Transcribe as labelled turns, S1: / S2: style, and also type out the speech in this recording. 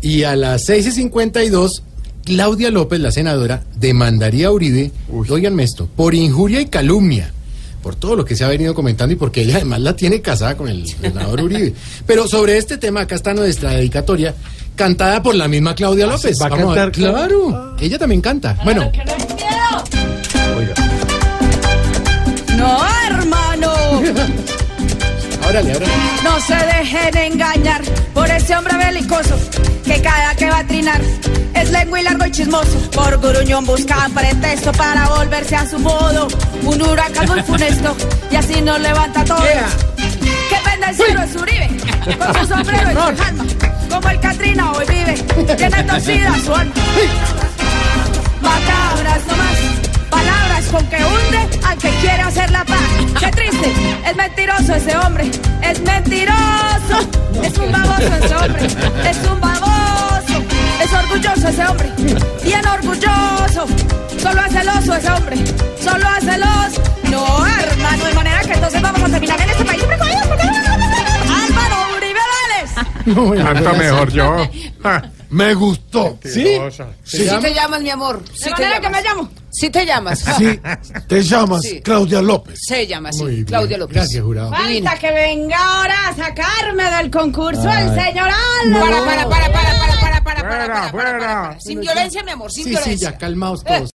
S1: Y a las 6 y 52, Claudia López, la senadora, demandaría a Uribe, oiganme esto, por injuria y calumnia, por todo lo que se ha venido comentando y porque ella además la tiene casada con el senador Uribe. Pero sobre este tema, acá está nuestra dedicatoria, cantada por la misma Claudia López.
S2: Ah, ¿va a
S1: Vamos ver,
S2: cantar, Ah. Claudia?
S1: Claro, ella también canta. Bueno,
S3: No, hermano,
S1: órale, órale.
S3: no se dejen engañar por ese hombre belicoso que cada que va a trinar es lengua y largo y chismoso. Por gruñón buscan pretexto para volverse a su modo. Un huracán muy funesto y así nos levanta todo.
S1: Yeah.
S3: Qué bendecido es Uribe, con su sombrero y su alma, como el Catrina hoy vive, tiene torcida su alma. Macabras nomás, palabras con que hunde al que quiere hacer la paz. Qué triste, es mentiroso ese hombre, es mentiroso, es un baboso ese hombre, es un baboso, es orgulloso ese hombre, bien orgulloso, solo hace el oso ese hombre, solo hace el oso. No, hermano, de manera que entonces vamos a terminar en este país precoz, porque- Álvaro Uribe Vélez.
S1: No, bueno,
S4: Canto
S1: gracias.
S4: mejor yo. Ja,
S1: Me gustó.
S2: ¿Sí?
S1: Se
S5: Si
S1: llama-
S5: te llamas, mi amor. Si
S3: De
S5: te
S3: manera que me
S5: llamas.
S3: llamo.
S5: Si te llamas.
S4: Sí, te llamas
S5: Sí.
S4: Claudia López.
S5: Se llama
S1: Muy
S5: así.
S1: bien.
S5: Claudia López.
S1: Gracias, jurado.
S3: Falta que venga ahora a sacarme del concurso el señor
S5: Para,
S3: Álvaro.
S5: para, para, para, para, para, para, para, para, para,
S4: Fuera,
S5: para, para,
S4: fuera.
S5: para. Sin violencia, mi amor, sin
S1: Sí, sí,
S5: violencia.
S1: ya calmaos todos.